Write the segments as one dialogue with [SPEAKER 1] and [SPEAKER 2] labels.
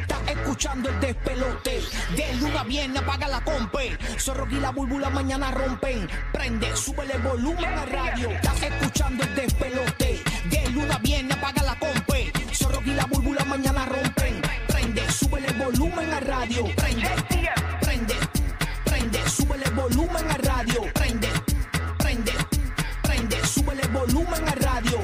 [SPEAKER 1] Estás escuchando el despelote. De luna viene, apaga la compe. Zorro y la búlbula mañana rompen. Prende, sube el volumen a radio. Estás escuchando el despelote. De luna viene, apaga la compe. Zorro y la búlbula mañana rompen. Prende, sube el volumen a radio. Prende, prende, prende, sube el volumen a radio. Prende, prende, prende, sube el volumen a radio.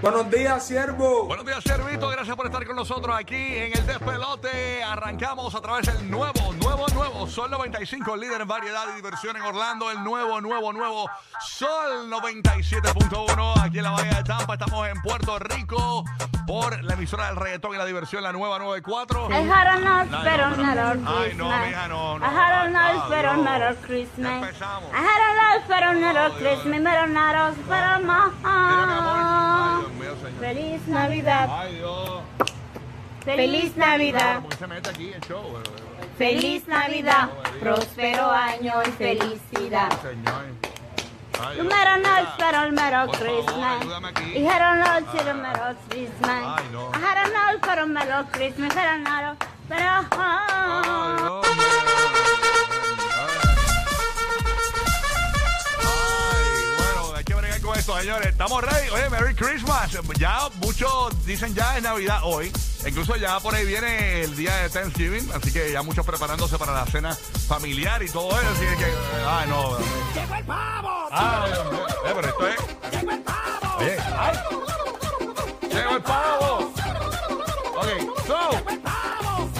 [SPEAKER 2] Buenos días, siervo.
[SPEAKER 3] Buenos días, Servito. Gracias por estar con nosotros aquí en el Despelote. Arrancamos a través del nuevo, nuevo, nuevo Sol 95, el líder en variedad y diversión en Orlando. El nuevo, nuevo, nuevo Sol 97.1 aquí en la Bahía de Tampa. Estamos en Puerto Rico por la emisora del reggaetón y la diversión, la nueva 94.
[SPEAKER 4] I had a nice
[SPEAKER 3] No, no,
[SPEAKER 4] pero
[SPEAKER 3] pero-
[SPEAKER 4] not our
[SPEAKER 3] Ay, no,
[SPEAKER 4] Christmas.
[SPEAKER 3] mija, no, no.
[SPEAKER 4] I had a nice
[SPEAKER 3] Ay,
[SPEAKER 4] pero
[SPEAKER 3] no.
[SPEAKER 4] not our
[SPEAKER 3] Ya
[SPEAKER 4] Christmas.
[SPEAKER 3] empezamos.
[SPEAKER 4] I had a nice pero not our Christmas, pero not our- pero not
[SPEAKER 3] Mira, mi amor. Ay,
[SPEAKER 4] our.
[SPEAKER 3] Dios mío, señor.
[SPEAKER 4] Feliz Navidad,
[SPEAKER 3] Ay, Dios.
[SPEAKER 4] feliz Navidad,
[SPEAKER 3] ¿Cómo se mete aquí el show? eh,
[SPEAKER 4] feliz Navidad, próspero año y felicidad.
[SPEAKER 3] Señor. Ay,
[SPEAKER 4] No
[SPEAKER 3] Dios.
[SPEAKER 4] matter
[SPEAKER 3] Mira.
[SPEAKER 4] nice pero not our
[SPEAKER 3] Por favor,
[SPEAKER 4] Christmas.
[SPEAKER 3] ayúdame aquí.
[SPEAKER 4] I had a nice pero not our Christmas.
[SPEAKER 3] Ay, no.
[SPEAKER 4] I had a nice pero not our Christmas, pero ah. not our-
[SPEAKER 3] Ay,
[SPEAKER 4] pero-
[SPEAKER 3] hombre. Ay, bueno, hay que bregar con esto, señores. Estamos ready. Oye, Merry Christmas. Ya muchos dicen ya es Navidad hoy. Incluso ya por ahí viene el día de Thanksgiving, así que ya muchos preparándose para la cena familiar y todo eso. Así que, eh, ay, no.
[SPEAKER 1] ¡Llegó el pavo!
[SPEAKER 3] Ay, hombre. Eh, pero esto es.
[SPEAKER 1] ¡Llegó el pavo!
[SPEAKER 3] Oye, ay. Llegó el pavo. Ok, so.
[SPEAKER 1] ¡Llegó el pavo!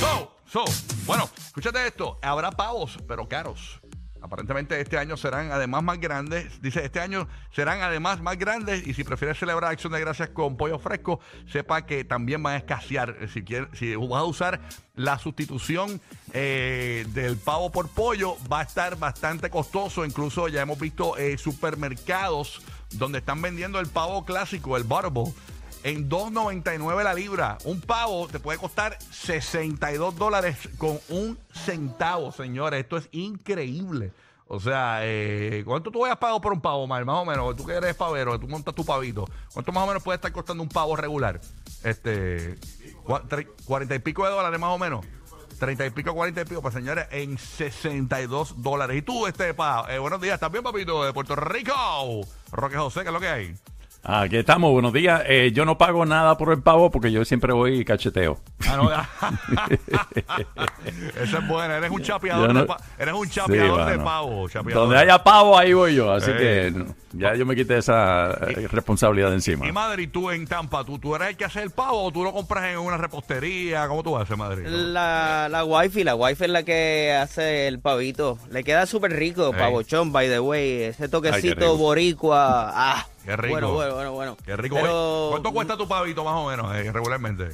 [SPEAKER 3] So, so. Bueno, escúchate esto. Habrá pavos, pero caros. Aparentemente este año serán además más grandes. Dice, este año serán además más grandes. Y si prefieres celebrar Acción de Gracias con pollo fresco, sepa que también van a escasear. Eh, Si, quieres, si vas a usar la sustitución eh, del pavo por pollo, va a estar bastante costoso. Incluso ya hemos visto eh, supermercados donde están vendiendo el pavo clásico, el butterball en 2.99 la libra. Un pavo te puede costar 62 dólares con un centavo, señores. Esto es increíble. O sea, eh, ¿cuánto tú hayas pagado por un pavo, Mar? Más o menos, tú que eres pavero, que tú montas tu pavito. ¿Cuánto más o menos puede estar costando un pavo regular? Este, cua- tre- 40 y pico de dólares más o menos. 30 y pico, 40 y pico, pues señores, en 62 dólares. Y tú, este, pa, eh, buenos días, ¿estás bien, papito? De Puerto Rico. Roque José, ¿qué es lo que hay?
[SPEAKER 5] Aquí estamos, buenos días. Eh, yo no pago nada por el pavo porque yo siempre voy y cacheteo.
[SPEAKER 3] Ah, no, ya. Esa es buena. Eres un chapeador,
[SPEAKER 5] Yo no-
[SPEAKER 3] de, pa- eres un
[SPEAKER 5] Sí,
[SPEAKER 3] chapeador de
[SPEAKER 5] mano.
[SPEAKER 3] pavo. chapeador.
[SPEAKER 5] Donde haya pavo, ahí voy yo. Así
[SPEAKER 3] Eh.
[SPEAKER 5] que no, ya yo me quité esa eh, responsabilidad de encima.
[SPEAKER 3] Y madre, ¿y tú en Tampa? ¿Tú, ¿Tú eres el que hace el pavo o tú lo compras en una repostería? ¿Cómo tú haces, madre?
[SPEAKER 6] La, la wifi, la wifi es la que hace el pavito. Le queda súper rico,
[SPEAKER 3] Ey.
[SPEAKER 6] pavochón, by the way. Ese toquecito
[SPEAKER 5] rico.
[SPEAKER 6] boricua. Ah,
[SPEAKER 3] Qué rico.
[SPEAKER 6] Bueno, bueno, bueno, bueno.
[SPEAKER 3] Qué rico.
[SPEAKER 6] Pero,
[SPEAKER 3] Oye, ¿Cuánto cuesta tu pavito más o menos eh, regularmente?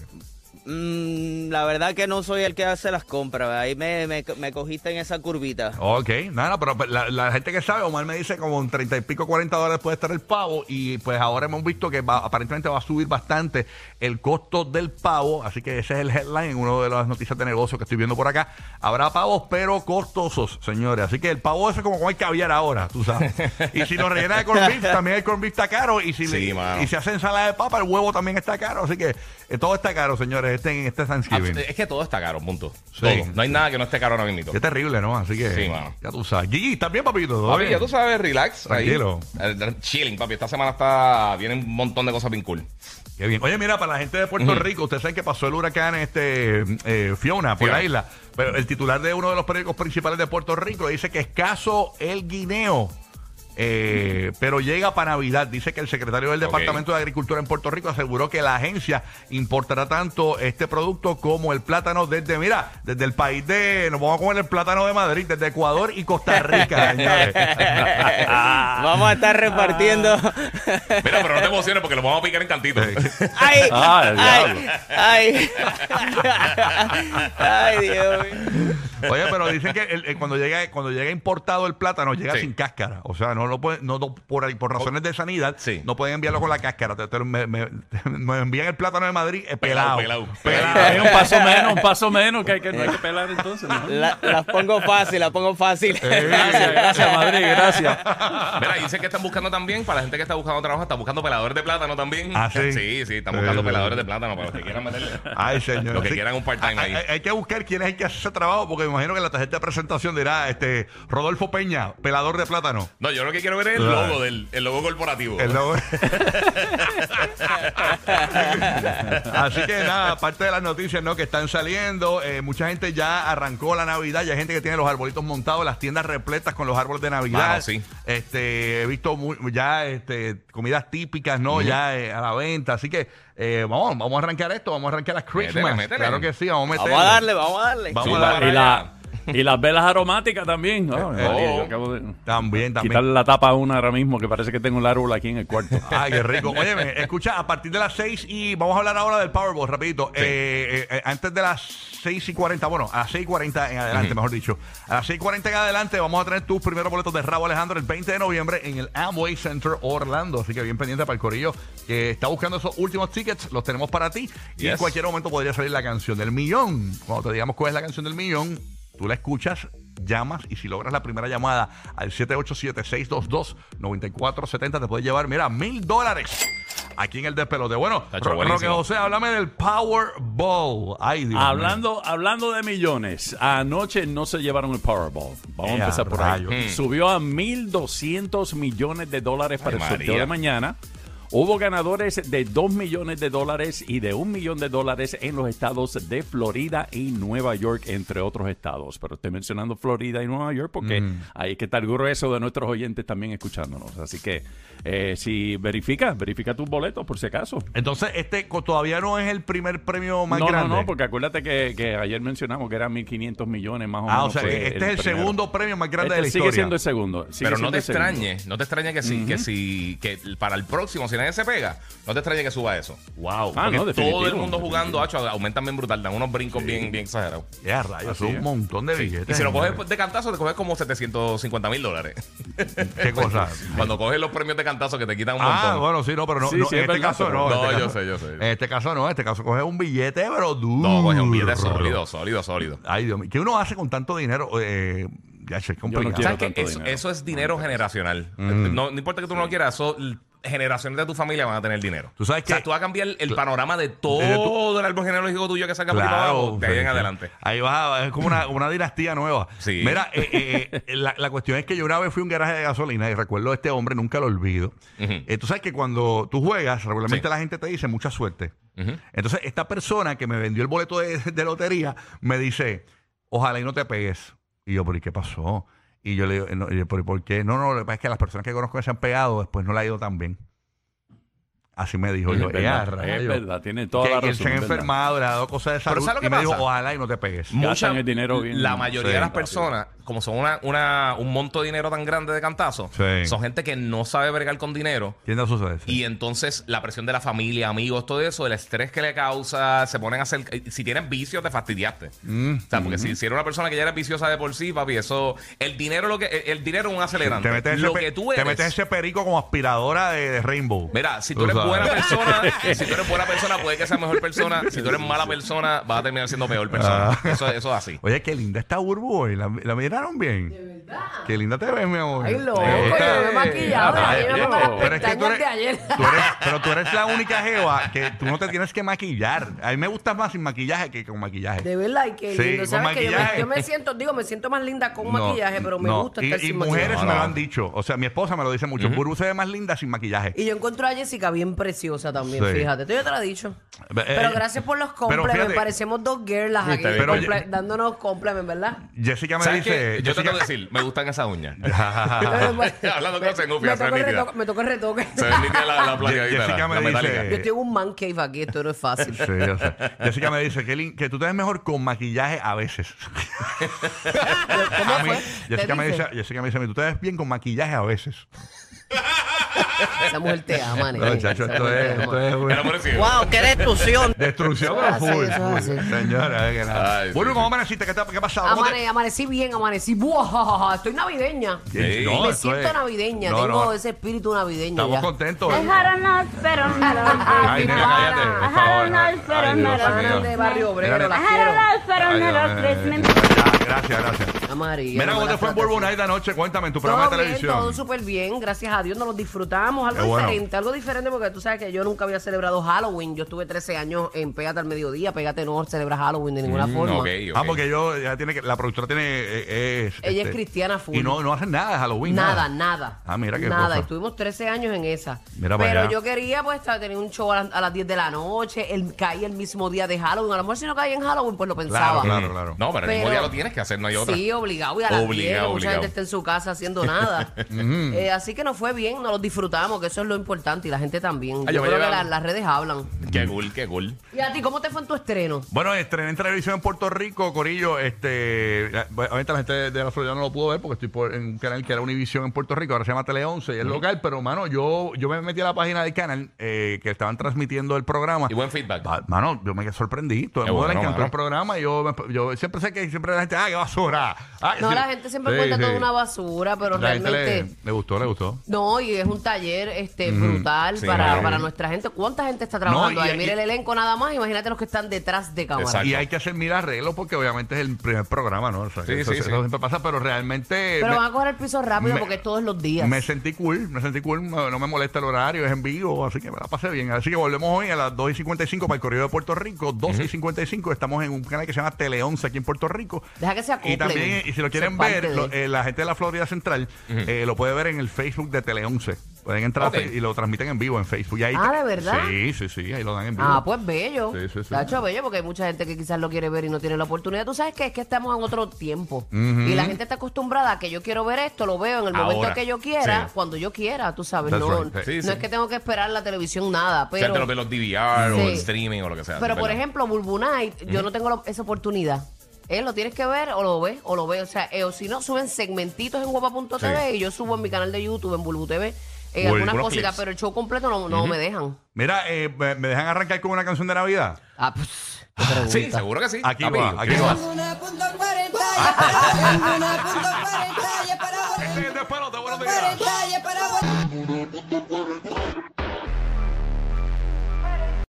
[SPEAKER 6] mm, la verdad que no soy el que hace las compras. Ahí me, me, me cogiste en esa curvita.
[SPEAKER 3] Ok, nada, pero pues, la, la gente que sabe, Omar me dice como en 30 y pico, 40 dólares puede estar el pavo y pues ahora hemos visto que va- aparentemente va a subir bastante el costo del pavo, así que ese es el headline en una de las noticias de negocio que estoy viendo por acá. Habrá pavos, pero costosos, señores, así que el pavo ese es como comer caviar ahora, tú sabes. Y si lo rellena de corn beef, también el corn beef está caro y si,
[SPEAKER 7] Sí, mano.
[SPEAKER 3] y si hace ensalada de papa, el huevo también está caro, así que eh, todo está caro, señores, este, en este Thanksgiving.
[SPEAKER 7] Abs- eh, Es que todo está caro, punto.
[SPEAKER 3] Sí.
[SPEAKER 7] Todo. No hay nada que no esté caro ahora mismo.
[SPEAKER 3] Qué terrible, ¿no? Así que
[SPEAKER 7] Sí, mano.
[SPEAKER 3] ya tú sabes. Gigi, ¿estás bien, papito? ¿Todo
[SPEAKER 7] Papi,
[SPEAKER 3] bien?
[SPEAKER 7] ya tú sabes, relax. ahí.
[SPEAKER 3] Tranquilo.
[SPEAKER 7] Eh, eh, Chilling, papi. Esta semana está. Vienen un montón de cosas bien cool.
[SPEAKER 3] Qué bien. Oye, mira, para la gente de Puerto Rico, ustedes saben que pasó el huracán este eh, Fiona por
[SPEAKER 7] Fiona.
[SPEAKER 3] la isla. Pero el titular de uno de los periódicos principales de Puerto Rico dice que escaso el guineo. eh, pero llega para Navidad. Dice que el secretario del
[SPEAKER 7] Ok.
[SPEAKER 3] Departamento de Agricultura en Puerto Rico aseguró que la agencia importará tanto este producto como el plátano desde, mira, desde el país de, nos vamos a comer el plátano de Madrid, desde Ecuador y Costa Rica, señores. Ah.
[SPEAKER 6] Vamos a estar repartiendo.
[SPEAKER 7] Mira, pero no te emociones porque lo vamos a picar en cantitos.
[SPEAKER 6] ¡Ay!
[SPEAKER 5] Ah, el
[SPEAKER 6] ¡Ay! ¡Ay! ¡Ay, Dios mío!
[SPEAKER 3] eh, Oye, pero dicen que el- el- cuando llega cuando llega importado el plátano llega
[SPEAKER 7] Sí.
[SPEAKER 3] sin cáscara, o sea, no no lo pueden, no, no- por, ahí- por razones de sanidad,
[SPEAKER 7] Sí.
[SPEAKER 3] no pueden enviarlo con la cáscara. Te- te- me, me- me envían el plátano de Madrid eh, pelado.
[SPEAKER 7] Pelado, pelado.
[SPEAKER 5] Hay un paso menos, un paso menos que hay que, no hay que pelar entonces. ¿no?
[SPEAKER 6] La- las pongo fácil, las pongo fácil.
[SPEAKER 5] Gracias,
[SPEAKER 3] Eh,
[SPEAKER 5] gracias, Madrid, gracias.
[SPEAKER 7] Mira, dicen que están buscando también, para la gente que está buscando trabajo, están buscando peladores de plátano también.
[SPEAKER 3] Ah, ¿sí?
[SPEAKER 7] Sí, sí, están buscando
[SPEAKER 3] Sí,
[SPEAKER 7] peladores
[SPEAKER 3] sí. Ah.
[SPEAKER 7] de plátano para los que quieran meterle.
[SPEAKER 3] Ay, señor.
[SPEAKER 7] Los que
[SPEAKER 3] Sí.
[SPEAKER 7] quieran un part-time
[SPEAKER 3] Hay,
[SPEAKER 7] ahí.
[SPEAKER 3] hay- hay que buscar quién es el que hace ese trabajo, porque me imagino que la tarjeta de presentación dirá este Rodolfo Peña, pelador de plátano.
[SPEAKER 7] No, yo lo que quiero ver es el logo del el logo corporativo.
[SPEAKER 3] El logo- Así que nada, aparte de las noticias ¿no? que están saliendo, eh, mucha gente ya arrancó la Navidad, ya hay gente que tiene los arbolitos montados, las tiendas repletas con los árboles de Navidad.
[SPEAKER 7] Mano, sí.
[SPEAKER 3] Este, he visto mu- ya este, comidas típicas, ¿no? Ya eh, a la venta. Así que eh, vamos, vamos a arrancar esto, vamos a arrancar las
[SPEAKER 7] Métele,
[SPEAKER 3] Christmas.
[SPEAKER 7] métele.
[SPEAKER 3] Claro que sí, vamos a meterle.
[SPEAKER 6] Vamos a darle, vamos a darle.
[SPEAKER 3] Vamos a
[SPEAKER 7] Zumba.
[SPEAKER 3] darle.
[SPEAKER 5] Y, la- y las velas aromáticas también. Ay,
[SPEAKER 3] eh,
[SPEAKER 5] María, yo
[SPEAKER 7] oh.
[SPEAKER 5] acabo de
[SPEAKER 3] También, también.
[SPEAKER 5] quitarle la tapa a una ahora mismo, que parece que tengo un árbol aquí en el cuarto.
[SPEAKER 3] Ay, qué rico. Óyeme, escucha, a partir de las 6 y vamos a hablar ahora del Powerball, rapidito. Eh, eh, eh, antes de las 6 y 40, bueno, a las 6 y 40 en adelante, mejor dicho. A las 6 y 40 en adelante vamos a tener tus primeros boletos de Rabo Alejandro el 20 de noviembre en el Amway Center Orlando. Así que bien pendiente para el corillo que está buscando esos últimos tickets, los tenemos para ti. Y en
[SPEAKER 7] Yes.
[SPEAKER 3] cualquier este momento podría salir la canción del millón. Cuando te digamos cuál es la canción del millón, tú la escuchas, llamas y si logras la primera llamada al 787-622-9470 te puedes llevar, mira, mil dólares aquí en el despelote. Bueno,
[SPEAKER 7] Tacho,
[SPEAKER 3] Ro-
[SPEAKER 7] buenísimo.
[SPEAKER 3] Roque José, háblame del Powerball. Ay, Dios mío.
[SPEAKER 5] Hablando, hablando de millones, anoche no se llevaron el Powerball. Vamos
[SPEAKER 3] Eh,
[SPEAKER 5] a empezar por ahí.
[SPEAKER 7] Hmm.
[SPEAKER 3] rayos.
[SPEAKER 5] Subió a 1.200 millones de dólares para
[SPEAKER 7] Ay,
[SPEAKER 5] el sorteo
[SPEAKER 7] María.
[SPEAKER 5] de mañana. Hubo ganadores de 2 millones de dólares y de 1 millón de dólares en los estados de Florida y Nueva York, entre otros estados. Pero estoy mencionando Florida y Nueva York porque
[SPEAKER 7] Mm.
[SPEAKER 5] ahí es que está el grueso de nuestros oyentes también escuchándonos. Así que eh, si verifica, verifica tus boletos por si acaso.
[SPEAKER 3] Entonces, este co- todavía no es el primer premio más
[SPEAKER 5] no,
[SPEAKER 3] grande.
[SPEAKER 5] No, no, porque acuérdate que, que ayer mencionamos que eran 1.500 millones más o menos.
[SPEAKER 3] Ah, o sea,
[SPEAKER 5] fue
[SPEAKER 3] que este es el
[SPEAKER 5] primero.
[SPEAKER 3] segundo premio más grande
[SPEAKER 5] Este
[SPEAKER 3] de la
[SPEAKER 5] sigue
[SPEAKER 3] historia.
[SPEAKER 5] siendo el segundo. sigue
[SPEAKER 7] Pero no
[SPEAKER 5] siendo
[SPEAKER 7] te
[SPEAKER 5] el segundo.
[SPEAKER 7] extrañes, no te extrañes que si, que si, que para el próximo, si nadie se pega, no te extrañes que suba eso. Wow.
[SPEAKER 5] Ah, no,
[SPEAKER 7] todo el
[SPEAKER 5] definitivo,
[SPEAKER 7] mundo jugando, hacho, aumentan bien brutal, dan unos brincos bien, bien exagerados.
[SPEAKER 3] Ya, rayos,
[SPEAKER 5] Así
[SPEAKER 3] son un
[SPEAKER 5] es.
[SPEAKER 3] montón de billetes.
[SPEAKER 7] Y si lo
[SPEAKER 3] señores.
[SPEAKER 7] coges pues, de cantazo, te coges como 750 mil dólares.
[SPEAKER 3] ¿Qué cosa?
[SPEAKER 7] Cuando coges los premios de cantazo que te quitan un
[SPEAKER 3] Ah,
[SPEAKER 7] montón.
[SPEAKER 3] bueno, sí, no, pero no,
[SPEAKER 5] Sí,
[SPEAKER 3] no,
[SPEAKER 5] sí,
[SPEAKER 3] en
[SPEAKER 5] es
[SPEAKER 3] este
[SPEAKER 5] verdad,
[SPEAKER 3] caso
[SPEAKER 5] pero-
[SPEAKER 3] no. en
[SPEAKER 7] No,
[SPEAKER 3] este
[SPEAKER 7] yo
[SPEAKER 3] caso-
[SPEAKER 7] sé, yo sé.
[SPEAKER 3] En este caso no, en este caso coge un billete, pero duro.
[SPEAKER 7] No, coge un billete sólido, sólido, sólido.
[SPEAKER 3] Ay, Dios mío. ¿Qué uno hace con tanto dinero? Eh, ya sé, es complicado.
[SPEAKER 5] quiero.
[SPEAKER 7] ¿Sabes qué?
[SPEAKER 5] tanto
[SPEAKER 7] Eso,
[SPEAKER 5] dinero.
[SPEAKER 7] eso es dinero generacional. No, no importa que tú no lo quieras, eso- l- generaciones de tu familia van a tener dinero.
[SPEAKER 3] Tú sabes
[SPEAKER 7] O sea,
[SPEAKER 3] que-
[SPEAKER 7] tú vas a cambiar el panorama de
[SPEAKER 3] Desde
[SPEAKER 7] todo el árbol genealógico tuyo que saca por ahí para abajo, de ahí en
[SPEAKER 3] sí.
[SPEAKER 7] adelante.
[SPEAKER 3] Ahí va, es como una, una dinastía nueva.
[SPEAKER 7] Sí.
[SPEAKER 3] Mira, eh, eh, eh, la, la cuestión es que yo una vez fui a un garaje de gasolina y recuerdo a este hombre, nunca lo olvido. Eh, tú sabes que cuando tú juegas, regularmente
[SPEAKER 7] Sí.
[SPEAKER 3] la gente te dice mucha suerte. Entonces, esta persona que me vendió el boleto de, de lotería me dice, ojalá y no te pegues. Y yo, ¿pero y qué pasó? Y yo le digo, no, y yo, "¿Pero y ¿por qué? No, no, lo que pasa es que las personas que conozco que se han pegado, después no le ha ido tan bien. Así me dijo
[SPEAKER 5] Es
[SPEAKER 3] yo. "Eh, a
[SPEAKER 5] verdad, es
[SPEAKER 3] rayos".
[SPEAKER 5] verdad, tiene toda
[SPEAKER 3] Que-
[SPEAKER 5] la
[SPEAKER 3] que
[SPEAKER 5] razón.
[SPEAKER 3] se han
[SPEAKER 5] es verdad.
[SPEAKER 3] enfermado, le ha dado cosas de
[SPEAKER 7] Pero
[SPEAKER 3] salud.
[SPEAKER 7] ¿sabes lo que
[SPEAKER 3] y me dijo,
[SPEAKER 7] pasa?
[SPEAKER 3] ojalá y no te pegues.
[SPEAKER 5] Gastan el dinero bien-
[SPEAKER 7] la mayoría
[SPEAKER 3] Sí,
[SPEAKER 7] de las
[SPEAKER 5] rápido.
[SPEAKER 7] personas, como son una, una- un monto de dinero tan grande de cantazo,
[SPEAKER 3] Sí.
[SPEAKER 7] son gente que no sabe bregar con dinero.
[SPEAKER 3] Tiende a suceder. sí.
[SPEAKER 7] Y entonces la presión de la familia, amigos, todo eso, el estrés que le causa, se ponen a hacer. eh, Si tienes vicios, te fastidiaste.
[SPEAKER 3] Mm,
[SPEAKER 7] o sea, porque si, si eres una persona que ya era viciosa de por sí, papi, eso. El dinero lo que el, el dinero es un acelerante.
[SPEAKER 3] te metes, ese
[SPEAKER 7] lo
[SPEAKER 3] pe-
[SPEAKER 7] que tú
[SPEAKER 3] te
[SPEAKER 7] eres.
[SPEAKER 3] metes ese perico como aspiradora de, de Rainbow.
[SPEAKER 7] Mira, si tú
[SPEAKER 3] Tú
[SPEAKER 7] eres
[SPEAKER 3] sabes.
[SPEAKER 7] buena persona, si tú eres buena persona, puede que seas mejor persona. Si tú eres mala persona, vas a terminar siendo peor persona. Eso, eso es así.
[SPEAKER 3] Ah. Oye, qué linda está Burbu hoy. La, la miraron bien. De verdad. Qué linda te ves, mi amor.
[SPEAKER 8] Ay, loco,
[SPEAKER 3] Eh,
[SPEAKER 8] yo
[SPEAKER 3] está-
[SPEAKER 8] me he maquillado,
[SPEAKER 3] Ah,
[SPEAKER 5] yo me
[SPEAKER 3] rayos.
[SPEAKER 5] pongo las
[SPEAKER 3] Pero es que tú
[SPEAKER 8] pestañas
[SPEAKER 3] eres-
[SPEAKER 8] de ayer.
[SPEAKER 3] tú eres- Pero tú eres la única jeva que tú no te tienes que maquillar. A mí me gustas más sin maquillaje que con maquillaje.
[SPEAKER 8] De verdad, y qué
[SPEAKER 3] Sí,
[SPEAKER 8] lindo.
[SPEAKER 3] con
[SPEAKER 8] ¿Sabes que yo me,
[SPEAKER 3] maquillaje.
[SPEAKER 8] yo me siento, digo, me siento más linda con
[SPEAKER 3] No,
[SPEAKER 8] maquillaje, pero me
[SPEAKER 3] no.
[SPEAKER 8] gusta
[SPEAKER 3] y,
[SPEAKER 8] estar
[SPEAKER 3] y
[SPEAKER 8] sin
[SPEAKER 3] mujeres
[SPEAKER 8] maquillaje.
[SPEAKER 3] me
[SPEAKER 7] No,
[SPEAKER 3] lo
[SPEAKER 7] no.
[SPEAKER 3] han dicho. O sea, mi esposa me lo dice mucho. Burbu se ve más linda sin maquillaje.
[SPEAKER 8] Y yo encuentro a Jessica bien preciosa también,
[SPEAKER 3] Sí.
[SPEAKER 8] fíjate. Tú ya te lo he dicho.
[SPEAKER 3] Be-
[SPEAKER 8] Pero
[SPEAKER 3] eh,
[SPEAKER 8] gracias por los
[SPEAKER 3] pero
[SPEAKER 8] complementos.
[SPEAKER 3] fíjate-
[SPEAKER 8] Me parecemos dos girlas aquí,
[SPEAKER 7] bien.
[SPEAKER 3] Pero-
[SPEAKER 8] comple- dándonos complementos, ¿verdad?
[SPEAKER 3] Jessica me
[SPEAKER 7] ¿Sabes
[SPEAKER 3] dice.
[SPEAKER 7] qué? Yo te
[SPEAKER 3] Jessica-
[SPEAKER 7] tengo que decir, me gustan esas uñas. Hablando con
[SPEAKER 8] Hablando
[SPEAKER 7] los engufia, se ven
[SPEAKER 8] me, toca el
[SPEAKER 7] nítidas.
[SPEAKER 8] retoque- me toca el retoque.
[SPEAKER 7] Se ven nítidas la, la plateadita,
[SPEAKER 3] Jessica
[SPEAKER 7] la-
[SPEAKER 3] me
[SPEAKER 7] la
[SPEAKER 3] dice-
[SPEAKER 7] metálica.
[SPEAKER 8] Yo tengo un man cave aquí, esto no es fácil.
[SPEAKER 3] Sí, yo sé. Jessica me dice que, Lin- que tú te ves mejor con maquillaje a veces.
[SPEAKER 8] ¿Cómo
[SPEAKER 3] A mí,
[SPEAKER 8] fue? ¿Te
[SPEAKER 3] Jessica, me
[SPEAKER 8] dice?
[SPEAKER 3] dice, Jessica me dice, a mí, tú te ves bien con maquillaje a veces.
[SPEAKER 8] Esa mujer te ama, nene.
[SPEAKER 3] No, chacho, esto
[SPEAKER 8] Esa
[SPEAKER 3] es,
[SPEAKER 8] mujer te
[SPEAKER 3] esto es
[SPEAKER 8] ama.
[SPEAKER 7] Pero por
[SPEAKER 3] una
[SPEAKER 7] decir,
[SPEAKER 6] ¡Wow! ¡Qué destrucción!
[SPEAKER 3] destrucción
[SPEAKER 8] Eso
[SPEAKER 3] pero
[SPEAKER 8] es así,
[SPEAKER 3] full,
[SPEAKER 8] eso es
[SPEAKER 3] full.
[SPEAKER 8] así.
[SPEAKER 3] Señora, es que nada.
[SPEAKER 7] Ay, sí,
[SPEAKER 3] Bueno,
[SPEAKER 7] sí.
[SPEAKER 3] ¿cómo amaneciste? ¿Qué, te- qué ha pasado? ¿Cómo te-
[SPEAKER 8] Amane- amanecí bien, amanecí. Buah, estoy navideña.
[SPEAKER 3] Sí,
[SPEAKER 7] no,
[SPEAKER 8] Me
[SPEAKER 3] esto
[SPEAKER 8] siento
[SPEAKER 3] es-
[SPEAKER 8] navideña,
[SPEAKER 3] no,
[SPEAKER 8] tengo
[SPEAKER 3] no,
[SPEAKER 8] ese espíritu navideño.
[SPEAKER 3] Estamos
[SPEAKER 8] ya.
[SPEAKER 3] contentos.
[SPEAKER 4] Dejaron pero no los
[SPEAKER 3] Ay, nena, cállate, por favor.
[SPEAKER 4] Dejaron los pero
[SPEAKER 3] Ay,
[SPEAKER 4] no
[SPEAKER 3] Dios
[SPEAKER 4] los
[SPEAKER 3] mío.
[SPEAKER 8] Hermanas de barrio obrero, las quiero.
[SPEAKER 4] Dejaron los pero
[SPEAKER 3] Ay,
[SPEAKER 4] no
[SPEAKER 3] Dios
[SPEAKER 4] los
[SPEAKER 3] mío.
[SPEAKER 4] desmentí.
[SPEAKER 3] Ah, Gracias, gracias.
[SPEAKER 8] A María,
[SPEAKER 3] Mira
[SPEAKER 8] no
[SPEAKER 3] cómo
[SPEAKER 8] me
[SPEAKER 3] te
[SPEAKER 8] la
[SPEAKER 3] fue en
[SPEAKER 8] trate
[SPEAKER 3] Bourbon
[SPEAKER 8] así.
[SPEAKER 3] Night anoche. Cuéntame en tu programa
[SPEAKER 8] Todo
[SPEAKER 3] de
[SPEAKER 8] bien,
[SPEAKER 3] televisión.
[SPEAKER 8] todo súper bien, gracias a Dios nos los disfrutamos,
[SPEAKER 3] Qué
[SPEAKER 8] algo
[SPEAKER 3] bueno.
[SPEAKER 8] diferente, algo diferente porque tú sabes que yo nunca había celebrado Halloween, yo estuve 13 años en Pégate al Mediodía, Pégate no celebra Halloween de ninguna
[SPEAKER 7] Mm,
[SPEAKER 8] forma.
[SPEAKER 7] ok, ok.
[SPEAKER 3] Ah, porque yo, ya tiene que, la productora tiene. eh, es,
[SPEAKER 8] Ella es cristiana full.
[SPEAKER 3] Y no, no hacen Pues nada de Halloween.
[SPEAKER 8] Nada, nada.
[SPEAKER 3] Ah, mira qué
[SPEAKER 8] Nada,
[SPEAKER 3] cosa.
[SPEAKER 8] estuvimos 13 años en esa.
[SPEAKER 3] Mira para
[SPEAKER 8] Pero
[SPEAKER 3] allá.
[SPEAKER 8] yo quería pues tra- tener un show a, las- a las 10 de la noche, el, caí el mismo día de Halloween, a lo mejor si no caía en Halloween pues lo pensaba.
[SPEAKER 3] Claro, claro.
[SPEAKER 7] No, pero el mismo
[SPEAKER 8] Pero-
[SPEAKER 7] día lo tienes que hacer, no hay otra.
[SPEAKER 8] Sí, obligado. Y a las
[SPEAKER 7] Obligado,
[SPEAKER 8] 10, que mucha
[SPEAKER 7] obligado.
[SPEAKER 8] gente está en su casa haciendo nada. Eh, así que nos fue bien, nos lo disfrutamos, que eso es lo importante. Y la gente también.
[SPEAKER 7] Ah, yo
[SPEAKER 8] yo
[SPEAKER 7] me
[SPEAKER 8] creo que
[SPEAKER 7] llevaba-
[SPEAKER 8] la- las redes hablan.
[SPEAKER 7] Qué cool, qué cool.
[SPEAKER 8] ¿Y a ti cómo te fue en tu estreno?
[SPEAKER 3] Bueno, estrené en televisión en Puerto Rico, Corillo. Este, la- obviamente la gente de, de la Florida no lo pudo ver porque estoy por, en un canal que era Univisión en Puerto Rico, ahora se llama Tele 11 y es local, pero mano, yo, yo me metí a la página del canal eh, que estaban transmitiendo el programa.
[SPEAKER 7] Y buen feedback.
[SPEAKER 3] Va- Mano, yo me sorprendí. Todo el
[SPEAKER 7] Qué
[SPEAKER 3] mundo
[SPEAKER 7] bueno,
[SPEAKER 3] le encantó
[SPEAKER 7] mano.
[SPEAKER 3] el programa. y Yo, me- yo siempre sé que siempre la gente, ¡ah, qué basura! Ah,
[SPEAKER 8] No,
[SPEAKER 3] sí.
[SPEAKER 8] la gente siempre
[SPEAKER 3] Sí,
[SPEAKER 8] cuenta
[SPEAKER 3] sí.
[SPEAKER 8] toda una basura, pero
[SPEAKER 3] La gente
[SPEAKER 8] realmente...
[SPEAKER 3] le, le gustó, le gustó.
[SPEAKER 8] No, y es un taller este brutal
[SPEAKER 7] Sí,
[SPEAKER 8] para,
[SPEAKER 7] claro.
[SPEAKER 8] para nuestra gente. ¿Cuánta gente está
[SPEAKER 3] No,
[SPEAKER 8] trabajando
[SPEAKER 3] y-
[SPEAKER 8] ahí? Mira el elenco nada más, imagínate los que están detrás de cámara.
[SPEAKER 7] Exacto.
[SPEAKER 3] Y eh, hay que hacer mil arreglos porque obviamente es el primer programa, ¿no? O sea,
[SPEAKER 7] Sí,
[SPEAKER 3] que eso,
[SPEAKER 7] sí, sí.
[SPEAKER 3] eso siempre pasa, pero realmente.
[SPEAKER 8] Pero
[SPEAKER 3] me-
[SPEAKER 8] van a coger el piso rápido
[SPEAKER 3] me-
[SPEAKER 8] porque es todos los días.
[SPEAKER 3] Me sentí cool, me sentí cool, no no me molesta el horario, es en vivo, así que me la pasé bien. Así que volvemos hoy a las 2 y 55 para el Correo de Puerto Rico, 2 y 55, estamos en un canal que se llama Tele 11 aquí en Puerto Rico.
[SPEAKER 8] Deja que se acoplen.
[SPEAKER 3] Y también, y si lo quieren
[SPEAKER 8] Ser parte
[SPEAKER 3] ver,
[SPEAKER 8] de-
[SPEAKER 3] lo- eh, la gente de la Florida Central eh, lo puede ver en el Facebook de Tele 11. Pueden entrar a
[SPEAKER 7] Ok.
[SPEAKER 3] fe- y lo transmiten en vivo en Facebook. Y ahí
[SPEAKER 8] Ah, ¿de verdad?
[SPEAKER 3] Sí, sí, sí, ahí lo dan en vivo.
[SPEAKER 8] Ah, pues bello.
[SPEAKER 3] Sí, sí, sí.
[SPEAKER 8] Tacho, bello porque hay mucha gente que quizás lo quiere ver y no tiene la oportunidad. Tú sabes que es que estamos en otro tiempo. Y la gente está acostumbrada a que yo quiero ver esto, lo veo en el
[SPEAKER 7] Ahora.
[SPEAKER 8] momento que yo quiera,
[SPEAKER 7] Sí.
[SPEAKER 8] cuando yo quiera, tú sabes.
[SPEAKER 3] That's
[SPEAKER 8] No,
[SPEAKER 3] right.
[SPEAKER 8] no
[SPEAKER 7] Sí, sí.
[SPEAKER 8] es que tengo que esperar la televisión nada,
[SPEAKER 7] O sea,
[SPEAKER 8] pero...
[SPEAKER 7] te lo ve los DVR o
[SPEAKER 8] Sí.
[SPEAKER 7] el streaming o lo que sea.
[SPEAKER 8] Pero
[SPEAKER 7] sí,
[SPEAKER 8] por
[SPEAKER 7] ¿verdad?
[SPEAKER 8] ejemplo, Bulbu Night, yo no tengo la- esa oportunidad. ¿Eh? Lo tienes que ver o lo ves o lo ves. O sea, eh, o si no, suben segmentitos en guapa.tv
[SPEAKER 7] Sí.
[SPEAKER 8] y yo subo en mi canal de YouTube, en Bulbu TV, eh,
[SPEAKER 7] O
[SPEAKER 8] algunas
[SPEAKER 7] algunos
[SPEAKER 8] cositas,
[SPEAKER 7] clips.
[SPEAKER 8] pero el show completo no, no me dejan.
[SPEAKER 3] Mira, eh, me me dejan arrancar con una canción de Navidad.
[SPEAKER 8] Ah, pues,
[SPEAKER 7] Sí, seguro que sí.
[SPEAKER 3] Aquí
[SPEAKER 7] Papi,
[SPEAKER 3] va, aquí
[SPEAKER 7] ¿qué
[SPEAKER 3] va.
[SPEAKER 7] más?
[SPEAKER 3] Este es de palo, te vuelvo a tirar.
[SPEAKER 9] Para